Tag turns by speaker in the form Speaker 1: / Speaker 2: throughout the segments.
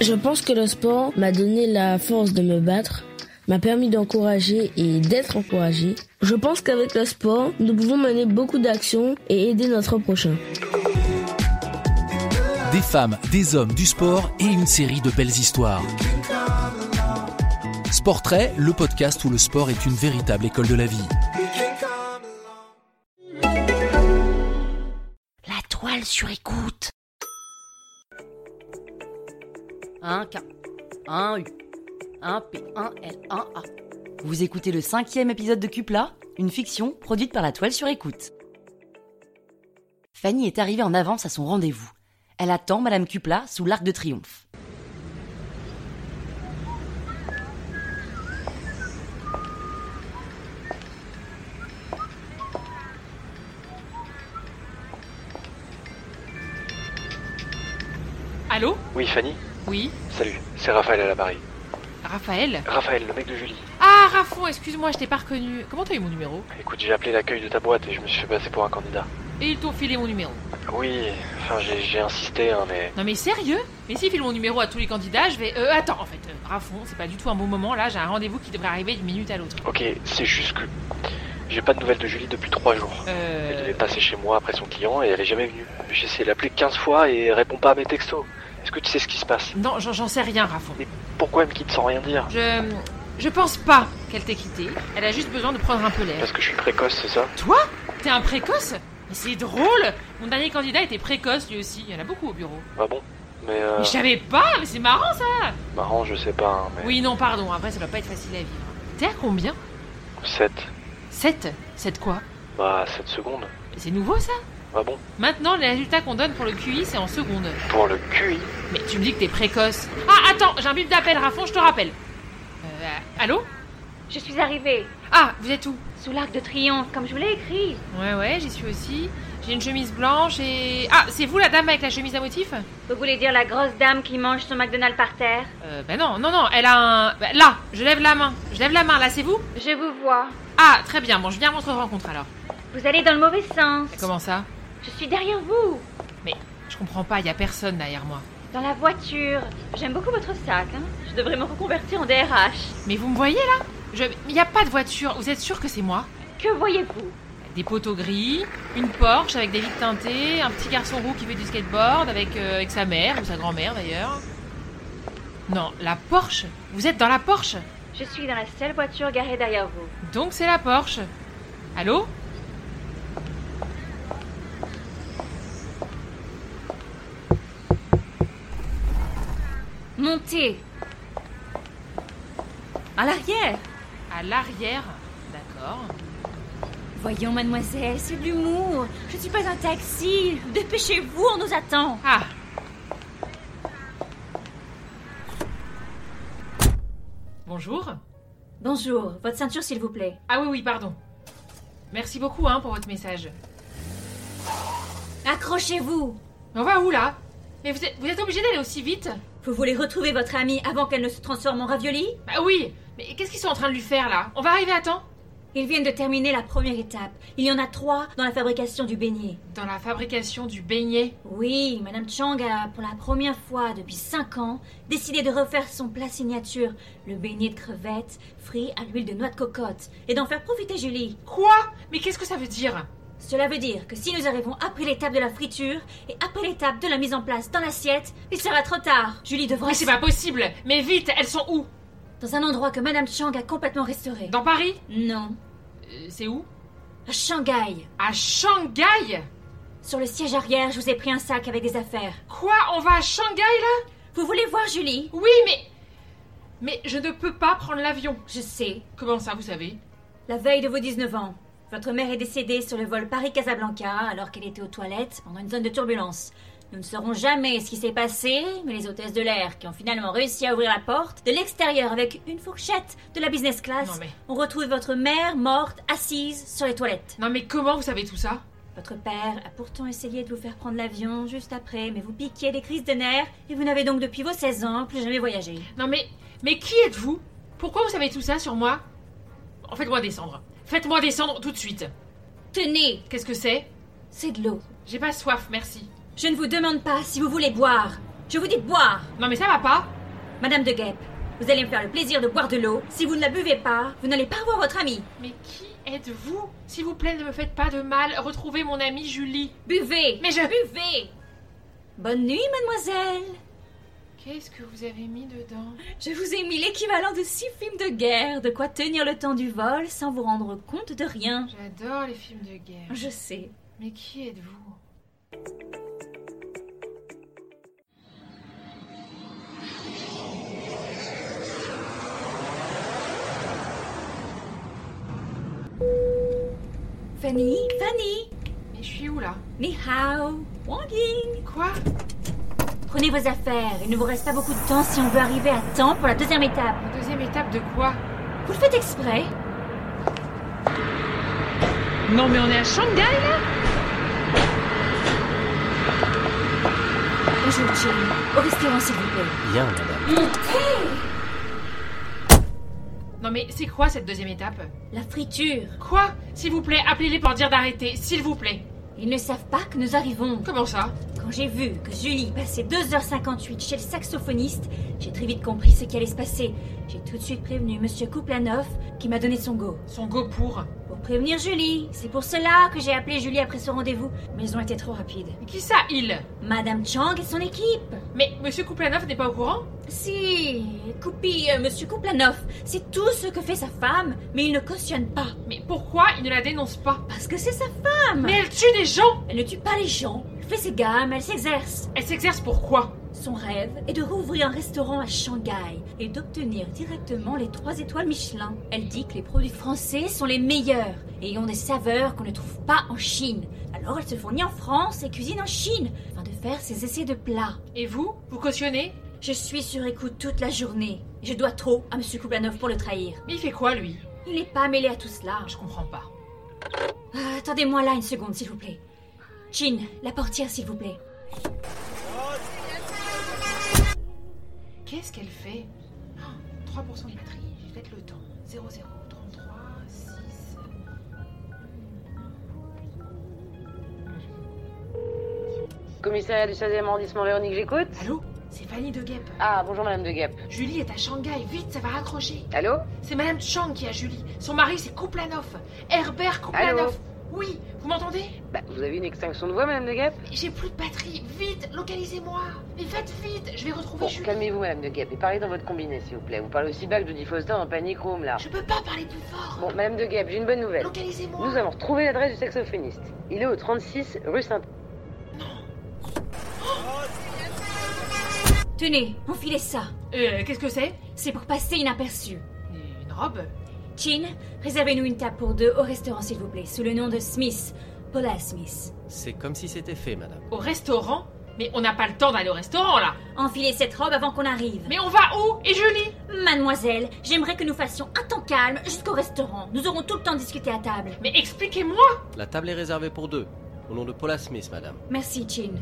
Speaker 1: Je pense que le sport m'a donné la force de me battre, m'a permis d'encourager et d'être encouragé. Je pense qu'avec le sport, nous pouvons mener beaucoup d'actions et aider notre prochain.
Speaker 2: Des femmes, des hommes, du sport et une série de belles histoires. Sportrait, le podcast où le sport est une véritable école de la vie.
Speaker 3: La toile sur écoute. Un K, un U, un P, un L, un A. Vous écoutez le cinquième épisode de Cupla, une fiction produite par la toile sur écoute. Fanny est arrivée en avance à son rendez-vous. Elle attend Madame Cupla sous l'arc de triomphe.
Speaker 4: Allô
Speaker 5: Oui, Fanny
Speaker 4: Oui,
Speaker 5: Salut, c'est Raphaël à l'appareil.
Speaker 4: Raphaël
Speaker 5: Raphaël, le mec de Julie.
Speaker 4: Ah, Raffon, excuse-moi, je t'ai pas reconnu. Comment t'as eu mon numéro
Speaker 5: Écoute, j'ai appelé l'accueil de ta boîte et je me suis fait passer pour un candidat.
Speaker 4: Et ils t'ont filé mon numéro.
Speaker 5: Oui, enfin, j'ai j'ai insisté, hein, mais.
Speaker 4: Non mais sérieux Mais s'ils filent mon numéro à tous les candidats, je vais... Euh, attends, en fait, euh, Raffon, c'est pas du tout un bon moment, là, j'ai un rendez-vous qui devrait arriver d'une minute à l'autre.
Speaker 5: Ok, c'est juste que. J'ai pas de nouvelles de Julie depuis trois jours. Elle
Speaker 4: Euh...
Speaker 5: devait passer chez moi après son client et elle est jamais venue. J'ai essayé de l'appeler 15 fois et elle répond pas à mes textos. Est-ce que tu sais ce qui se passe
Speaker 4: Non, j'en- j'en sais rien, Raffon.
Speaker 5: Pourquoi elle me quitte sans rien dire
Speaker 4: Je... Je pense pas qu'elle t'ait quitté. Elle a juste besoin de prendre un peu l'air.
Speaker 5: Parce que je suis précoce, c'est ça
Speaker 4: Euh, Toi T'es un précoce Mais c'est drôle Mon dernier candidat était précoce, lui aussi. Il y en a beaucoup au bureau.
Speaker 5: Bah bon. Mais euh.
Speaker 4: Mais je savais pas, mais c'est marrant, ça
Speaker 5: Marrant, je sais pas, hein, mais.
Speaker 4: Oui, non, pardon, après, ça doit pas être facile à vivre. T'es à combien
Speaker 5: 7.
Speaker 4: 7 7 quoi
Speaker 5: Bah, 7 secondes.
Speaker 4: Mais C'est nouveau, ça
Speaker 5: Bah bon.
Speaker 4: Maintenant, les résultats qu'on donne pour le QI, c'est en seconde.
Speaker 5: Pour le QI
Speaker 4: Mais tu me dis que t'es précoce. Ah, attends, j'ai un bip d'appel, Raffon, je te rappelle. Euh, allô
Speaker 6: Je suis arrivée,
Speaker 4: Ah, vous êtes où
Speaker 6: sous l'arc de triomphe, comme je vous l'ai écrit.
Speaker 4: Ouais, ouais, j'y suis aussi. J'ai une chemise blanche et... Ah, c'est vous la dame avec la chemise à motif
Speaker 6: Vous voulez dire la grosse dame qui mange son McDonald's par terre
Speaker 4: Euh, bah non, non, non, elle a un... bah, là, je lève la main. Je lève la main, là, c'est vous
Speaker 6: Je vous vois.
Speaker 4: Ah, très bien, bon, je viens à votre rencontre, alors.
Speaker 6: Vous allez dans le mauvais sens.
Speaker 4: Comment ça
Speaker 6: Je suis derrière vous,
Speaker 4: Je comprends pas, y a personne derrière moi.
Speaker 6: dans la voiture. J'aime beaucoup votre sac. Hein. Je devrais me reconvertir en DRH.
Speaker 4: Mais vous me voyez, là Je... Y a pas de voiture, vous êtes sûr que c'est moi
Speaker 6: Que voyez-vous
Speaker 4: Des poteaux gris, une Porsche avec des vitres teintées, un petit garçon roux qui fait du skateboard avec, euh, avec sa mère ou sa grand-mère d'ailleurs. Non, la Porsche Vous êtes dans la Porsche
Speaker 6: Je suis dans la seule voiture garée derrière vous.
Speaker 4: Donc c'est la Porsche Allô
Speaker 6: Montez. À l'arrière.
Speaker 4: À l'arrière D'accord.
Speaker 6: Voyons, mademoiselle, c'est de l'humour. Je ne suis pas un taxi. Dépêchez-vous, on nous attend.
Speaker 4: Ah Bonjour
Speaker 6: Bonjour, votre ceinture, s'il vous plaît.
Speaker 4: Ah oui, oui, pardon. Merci beaucoup hein, pour votre message.
Speaker 6: Accrochez-vous.
Speaker 4: Mais on va où là Mais vous êtes, vous êtes obligé d'aller aussi vite
Speaker 6: Vous voulez retrouver votre amie avant qu'elle ne se transforme en ravioli
Speaker 4: Bah oui Mais qu'est-ce qu'ils sont en train de lui faire là On va arriver à temps
Speaker 6: Ils viennent de terminer la première étape. Il y en a trois dans la fabrication du beignet.
Speaker 4: Dans la fabrication du beignet.
Speaker 6: Oui, Madame Chang a, pour la première fois depuis 5 ans, décidé de refaire son plat signature, le beignet de crevettes frit à l'huile de noix de cocotte, et d'en faire profiter Julie.
Speaker 4: Quoi Mais qu'est-ce que ça veut dire
Speaker 6: Cela veut dire que si nous arrivons après l'étape de la friture et après l'étape de la mise en place dans l'assiette, il sera trop tard. Julie devra
Speaker 4: Mais c'est pas possible Mais vite, elles sont où
Speaker 6: dans un endroit que Madame Chang a complètement restauré.
Speaker 4: Dans Paris
Speaker 6: Non,
Speaker 4: Euh, C'est où
Speaker 6: à Shanghai.
Speaker 4: À Shanghai
Speaker 6: Sur le siège arrière, je vous ai pris un sac avec des affaires.
Speaker 4: Quoi On va à Shanghai là
Speaker 6: Vous voulez voir Julie
Speaker 4: Oui, mais. Mais je ne peux pas prendre l'avion.
Speaker 6: Je sais,
Speaker 4: Comment ça, vous savez
Speaker 6: la veille de vos 19 ans. Votre mère est décédée sur le vol Paris-Casablanca alors qu'elle était aux toilettes pendant une zone de turbulence. Nous ne saurons jamais ce qui s'est passé, mais les hôtesses de l'air qui ont finalement réussi à ouvrir la porte de l'extérieur avec une fourchette de la business class,
Speaker 4: Non, mais-
Speaker 6: on retrouve votre mère morte assise sur les toilettes.
Speaker 4: Non, mais comment vous savez tout ça
Speaker 6: Votre père a pourtant essayé de vous faire prendre l'avion juste après, mais vous piquiez des crises de nerfs et vous n'avez donc depuis vos 16 ans plus jamais voyagé.
Speaker 4: Non, mais. Mais qui êtes-vous Pourquoi vous savez tout ça sur moi En Faites-moi descendre. Faites-moi descendre tout de suite.
Speaker 6: Tenez,
Speaker 4: Qu'est-ce que c'est
Speaker 6: c'est de l'eau.
Speaker 4: J'ai pas soif, merci.
Speaker 6: Je ne vous demande pas si vous voulez boire. Je vous dis de boire.
Speaker 4: Non, mais ça va pas
Speaker 6: Madame de Guêpe, vous allez me faire le plaisir de boire de l'eau. Si vous ne la buvez pas, vous n'allez pas voir votre ami.
Speaker 4: Mais qui êtes-vous S'il vous plaît, ne me faites pas de mal. Retrouvez mon amie Julie.
Speaker 6: Buvez
Speaker 4: Mais je-
Speaker 6: Buvez Bonne nuit, mademoiselle
Speaker 4: Qu'est-ce que vous avez mis dedans
Speaker 6: Je vous ai mis l'équivalent de six films de guerre, de quoi tenir le temps du vol sans vous rendre compte de rien.
Speaker 4: J'adore les films de guerre.
Speaker 6: Je sais.
Speaker 4: Mais qui êtes-vous
Speaker 6: Fanny Fanny
Speaker 4: Mais je suis où là
Speaker 6: Ni hao Wang Ying
Speaker 4: Quoi
Speaker 6: Prenez vos affaires, il ne vous reste pas beaucoup de temps si on veut arriver à temps pour la deuxième étape.
Speaker 4: La deuxième étape de quoi
Speaker 6: Vous le faites exprès
Speaker 4: Non mais on est à Shanghai là
Speaker 6: Bonjour, Jim. Au restaurant, s'il vous plaît.
Speaker 7: Bien, madame.
Speaker 4: Non mais c'est quoi cette deuxième étape
Speaker 6: La friture.
Speaker 4: Quoi S'il vous plaît, appelez-les pour dire d'arrêter, s'il vous plaît.
Speaker 6: Ils ne savent pas que nous arrivons.
Speaker 4: Comment ça
Speaker 6: Quand j'ai vu que Julie passait 2h58 chez le saxophoniste, j'ai très vite compris ce qui allait se passer. J'ai tout de suite prévenu Monsieur Kouplanov, qui m'a donné son go.
Speaker 4: Son go pour.
Speaker 6: Pour prévenir Julie, c'est pour cela que j'ai appelé Julie après ce rendez-vous. Mais ils ont été trop rapides.
Speaker 4: Mais qui ça, il
Speaker 6: Madame Chang et son équipe
Speaker 4: Mais Monsieur Kouplanov n'est pas au courant
Speaker 6: Si, Koupi, euh, Monsieur Kouplanov, c'est tout ce que fait sa femme, mais il ne cautionne pas.
Speaker 4: Mais pourquoi il ne la dénonce pas
Speaker 6: Parce que c'est sa femme
Speaker 4: Mais elle tue des gens
Speaker 6: Elle ne tue pas les gens, elle fait ses gammes, elle s'exerce.
Speaker 4: Elle s'exerce pourquoi
Speaker 6: Son rêve est de rouvrir un restaurant à Shanghai et d'obtenir directement les 3 étoiles Michelin. Elle dit que les produits français sont les meilleurs et ont des saveurs qu'on ne trouve pas en Chine. Alors elle se fournit en France et cuisine en Chine afin de faire ses essais de plats.
Speaker 4: Et vous Vous cautionnez
Speaker 6: Je suis sur écoute toute la journée. Je dois trop à Monsieur Koublanov pour le trahir.
Speaker 4: Mais il fait quoi lui
Speaker 6: Il n'est pas mêlé à tout cela.
Speaker 4: Je comprends pas.
Speaker 6: Ah, Attendez-moi là une seconde, s'il vous plaît. Chin, la portière, s'il vous plaît.
Speaker 4: Qu'est-ce qu'elle fait Ah, 3% de batterie, j'ai peut-être le temps. 00, 33, 6.
Speaker 8: Commissariat du 16e arrondissement, Véronique, j'écoute.
Speaker 4: Allô C'est Fanny de Guêpe.
Speaker 8: Ah, bonjour Madame de Guêpe.
Speaker 4: Julie est à Shanghai, vite, ça va raccrocher.
Speaker 8: Allô
Speaker 4: C'est Madame Chang qui a Julie. Son mari, c'est Kouplanov. Herbert Kouplanov.
Speaker 8: Allô
Speaker 4: oui, vous m'entendez
Speaker 8: Bah, vous avez une extinction de voix, Madame de Guêpe
Speaker 4: J'ai plus de batterie. Vite, localisez-moi. Mais faites vite, je vais retrouver
Speaker 8: Bon,
Speaker 4: Julie.
Speaker 8: calmez-vous, Madame de Guêpe, et parlez dans votre combiné, s'il vous plaît. Vous parlez aussi bac de Diffoster en panic room, là.
Speaker 4: Je peux pas parler plus fort.
Speaker 8: Bon, Madame de Guêpe, j'ai une bonne nouvelle.
Speaker 4: Localisez-moi.
Speaker 8: Nous avons retrouvé l'adresse du saxophoniste. Il est au 36 rue Saint...
Speaker 6: Tenez, enfilez ça.
Speaker 4: Euh, qu'est-ce que c'est
Speaker 6: C'est pour passer inaperçu.
Speaker 4: Une robe
Speaker 6: Chin, réservez-nous une table pour deux au restaurant, s'il vous plaît, sous le nom de Smith. Paula Smith.
Speaker 7: C'est comme si c'était fait, madame.
Speaker 4: Au restaurant Mais on n'a pas le temps d'aller au restaurant là.
Speaker 6: Enfilez cette robe avant qu'on arrive.
Speaker 4: Mais on va où Et Julie
Speaker 6: Mademoiselle, j'aimerais que nous fassions un temps calme jusqu'au restaurant. Nous aurons tout le temps de discuter à table.
Speaker 4: Mais expliquez-moi
Speaker 7: La table est réservée pour deux. Au nom de Paula Smith, madame.
Speaker 6: Merci, Chin.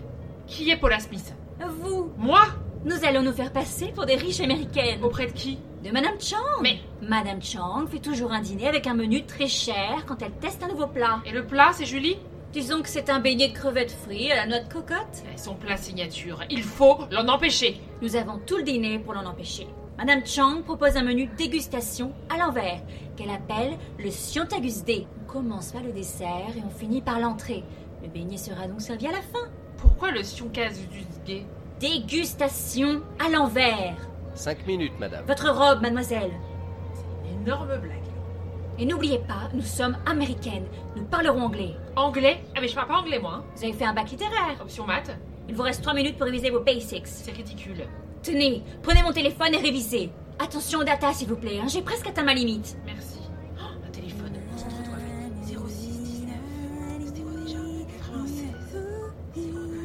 Speaker 4: Qui est Paula Smith
Speaker 6: Vous,
Speaker 4: Moi
Speaker 6: nous allons nous faire passer pour des riches américaines.
Speaker 4: Auprès de qui
Speaker 6: De Madame Chang
Speaker 4: Mais-
Speaker 6: Madame Chang fait toujours un dîner avec un menu très cher quand elle teste un nouveau plat.
Speaker 4: Et le plat, c'est Julie
Speaker 6: Disons que c'est un beignet de crevettes frites à la noix de cocotte.
Speaker 4: Ben, Son plat signature. Il faut l'en empêcher.
Speaker 6: Nous avons tout le dîner pour l'en empêcher. Madame Chang propose un menu dégustation à l'envers, qu'elle appelle le Siontagus D. On commence par le dessert et on finit par l'entrée. Le beignet sera donc servi à la fin.
Speaker 4: Pourquoi le sioncase du gay
Speaker 6: Dégustation à l'envers.
Speaker 7: Cinq minutes, madame.
Speaker 6: Votre robe, mademoiselle.
Speaker 4: Énorme blague.
Speaker 6: Et n'oubliez pas, nous sommes américaines. Nous parlerons anglais.
Speaker 4: Anglais Ah mais je parle pas anglais moi. hein.
Speaker 6: Vous avez fait un bac littéraire.
Speaker 4: Option maths,
Speaker 6: Il vous reste trois minutes pour réviser vos basics.
Speaker 4: c'est ridicule.
Speaker 6: Tenez, prenez mon téléphone et révisez. Attention aux data, s'il vous plaît. hein, J'ai presque atteint ma limite.
Speaker 4: Merci. Oh, un téléphone, concentre-toi, Fanny. 06 19. C'était quoi déjà 96. 09.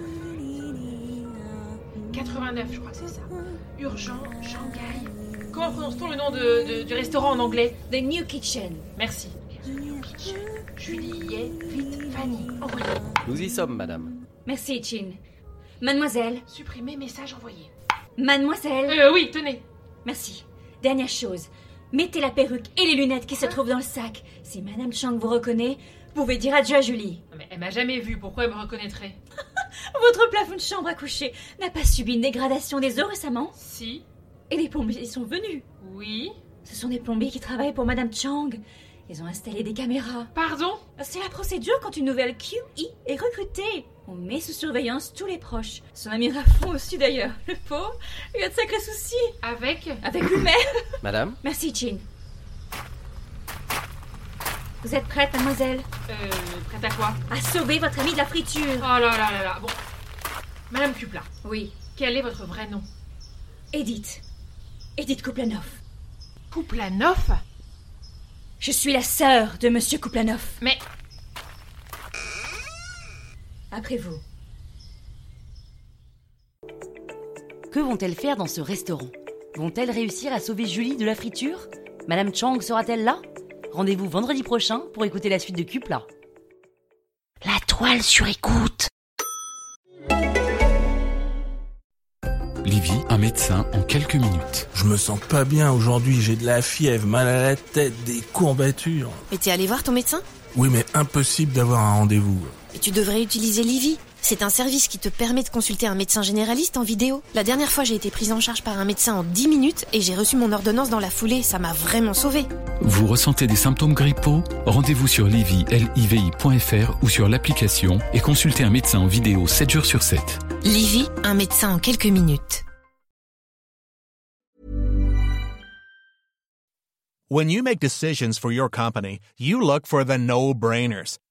Speaker 4: 89, je crois que c'est ça. Urgent, Shanghai. Comment prononce-t-on le nom de- de- du restaurant en anglais
Speaker 6: The New Kitchen.
Speaker 4: Merci. Julie y est, vite, Fanny, envoyez.
Speaker 7: Nous y sommes, madame.
Speaker 6: Merci, Chin. Mademoiselle,
Speaker 4: Supprimer message envoyé.
Speaker 6: mademoiselle.
Speaker 4: Euh, oui, tenez.
Speaker 6: Merci. Dernière chose. Mettez la perruque et les lunettes qui se trouvent dans le sac. Si Madame Chang vous reconnaît, vous pouvez dire adieu à Julie.
Speaker 4: Non, mais elle m'a jamais vue, pourquoi elle me reconnaîtrait
Speaker 6: Votre plafond de chambre à coucher n'a pas subi une dégradation des eaux récemment
Speaker 4: Si,
Speaker 6: Et les plombiers sont venus.
Speaker 4: oui.
Speaker 6: Ce sont des plombiers qui travaillent pour Madame Chang. Ils ont installé des caméras.
Speaker 4: Pardon
Speaker 6: C'est la procédure quand une nouvelle QI est recrutée. On met sous surveillance tous les proches. Son ami Raffon aussi d'ailleurs. Le pauvre, il a de sacrés soucis.
Speaker 4: Avec
Speaker 6: Avec lui-même.
Speaker 7: Madame
Speaker 6: Merci, Jean. Vous êtes prête, mademoiselle,
Speaker 4: Euh, prête à quoi
Speaker 6: à sauver votre ami de la friture
Speaker 4: Oh là là là là, bon. Madame Cupla,
Speaker 6: Oui.
Speaker 4: quel est votre vrai nom
Speaker 6: Edith. Edith Kuplanov.
Speaker 4: Kouplanoff
Speaker 6: Je suis la sœur de Monsieur Kuplanov.
Speaker 4: Mais
Speaker 6: Après vous.
Speaker 3: Que vont-elles faire dans ce restaurant Vont-elles réussir à sauver Julie de la friture Madame Chang sera-t-elle là Rendez-vous vendredi prochain pour écouter la suite de Cupla. La toile sur écoute
Speaker 2: Livy, un médecin en quelques minutes.
Speaker 9: Je me sens pas bien aujourd'hui, j'ai de la fièvre, mal à la tête, des courbatures.
Speaker 10: Mais t'es allé voir ton médecin
Speaker 9: Oui, mais impossible d'avoir un rendez-vous.
Speaker 10: Et tu devrais utiliser Livy. C'est un service qui te permet de consulter un médecin généraliste en vidéo. La dernière fois, j'ai été prise en charge par un médecin en 10 minutes et j'ai reçu mon ordonnance dans la foulée. Ça m'a vraiment sauvée.
Speaker 2: Vous ressentez des symptômes grippaux Rendez-vous sur livy, L-I-V-I.fr ou sur l'application et consultez un médecin en vidéo 7 jours sur 7.
Speaker 10: Livy, un médecin en quelques minutes.
Speaker 11: When you make decisions for your company, you look for the no brainers.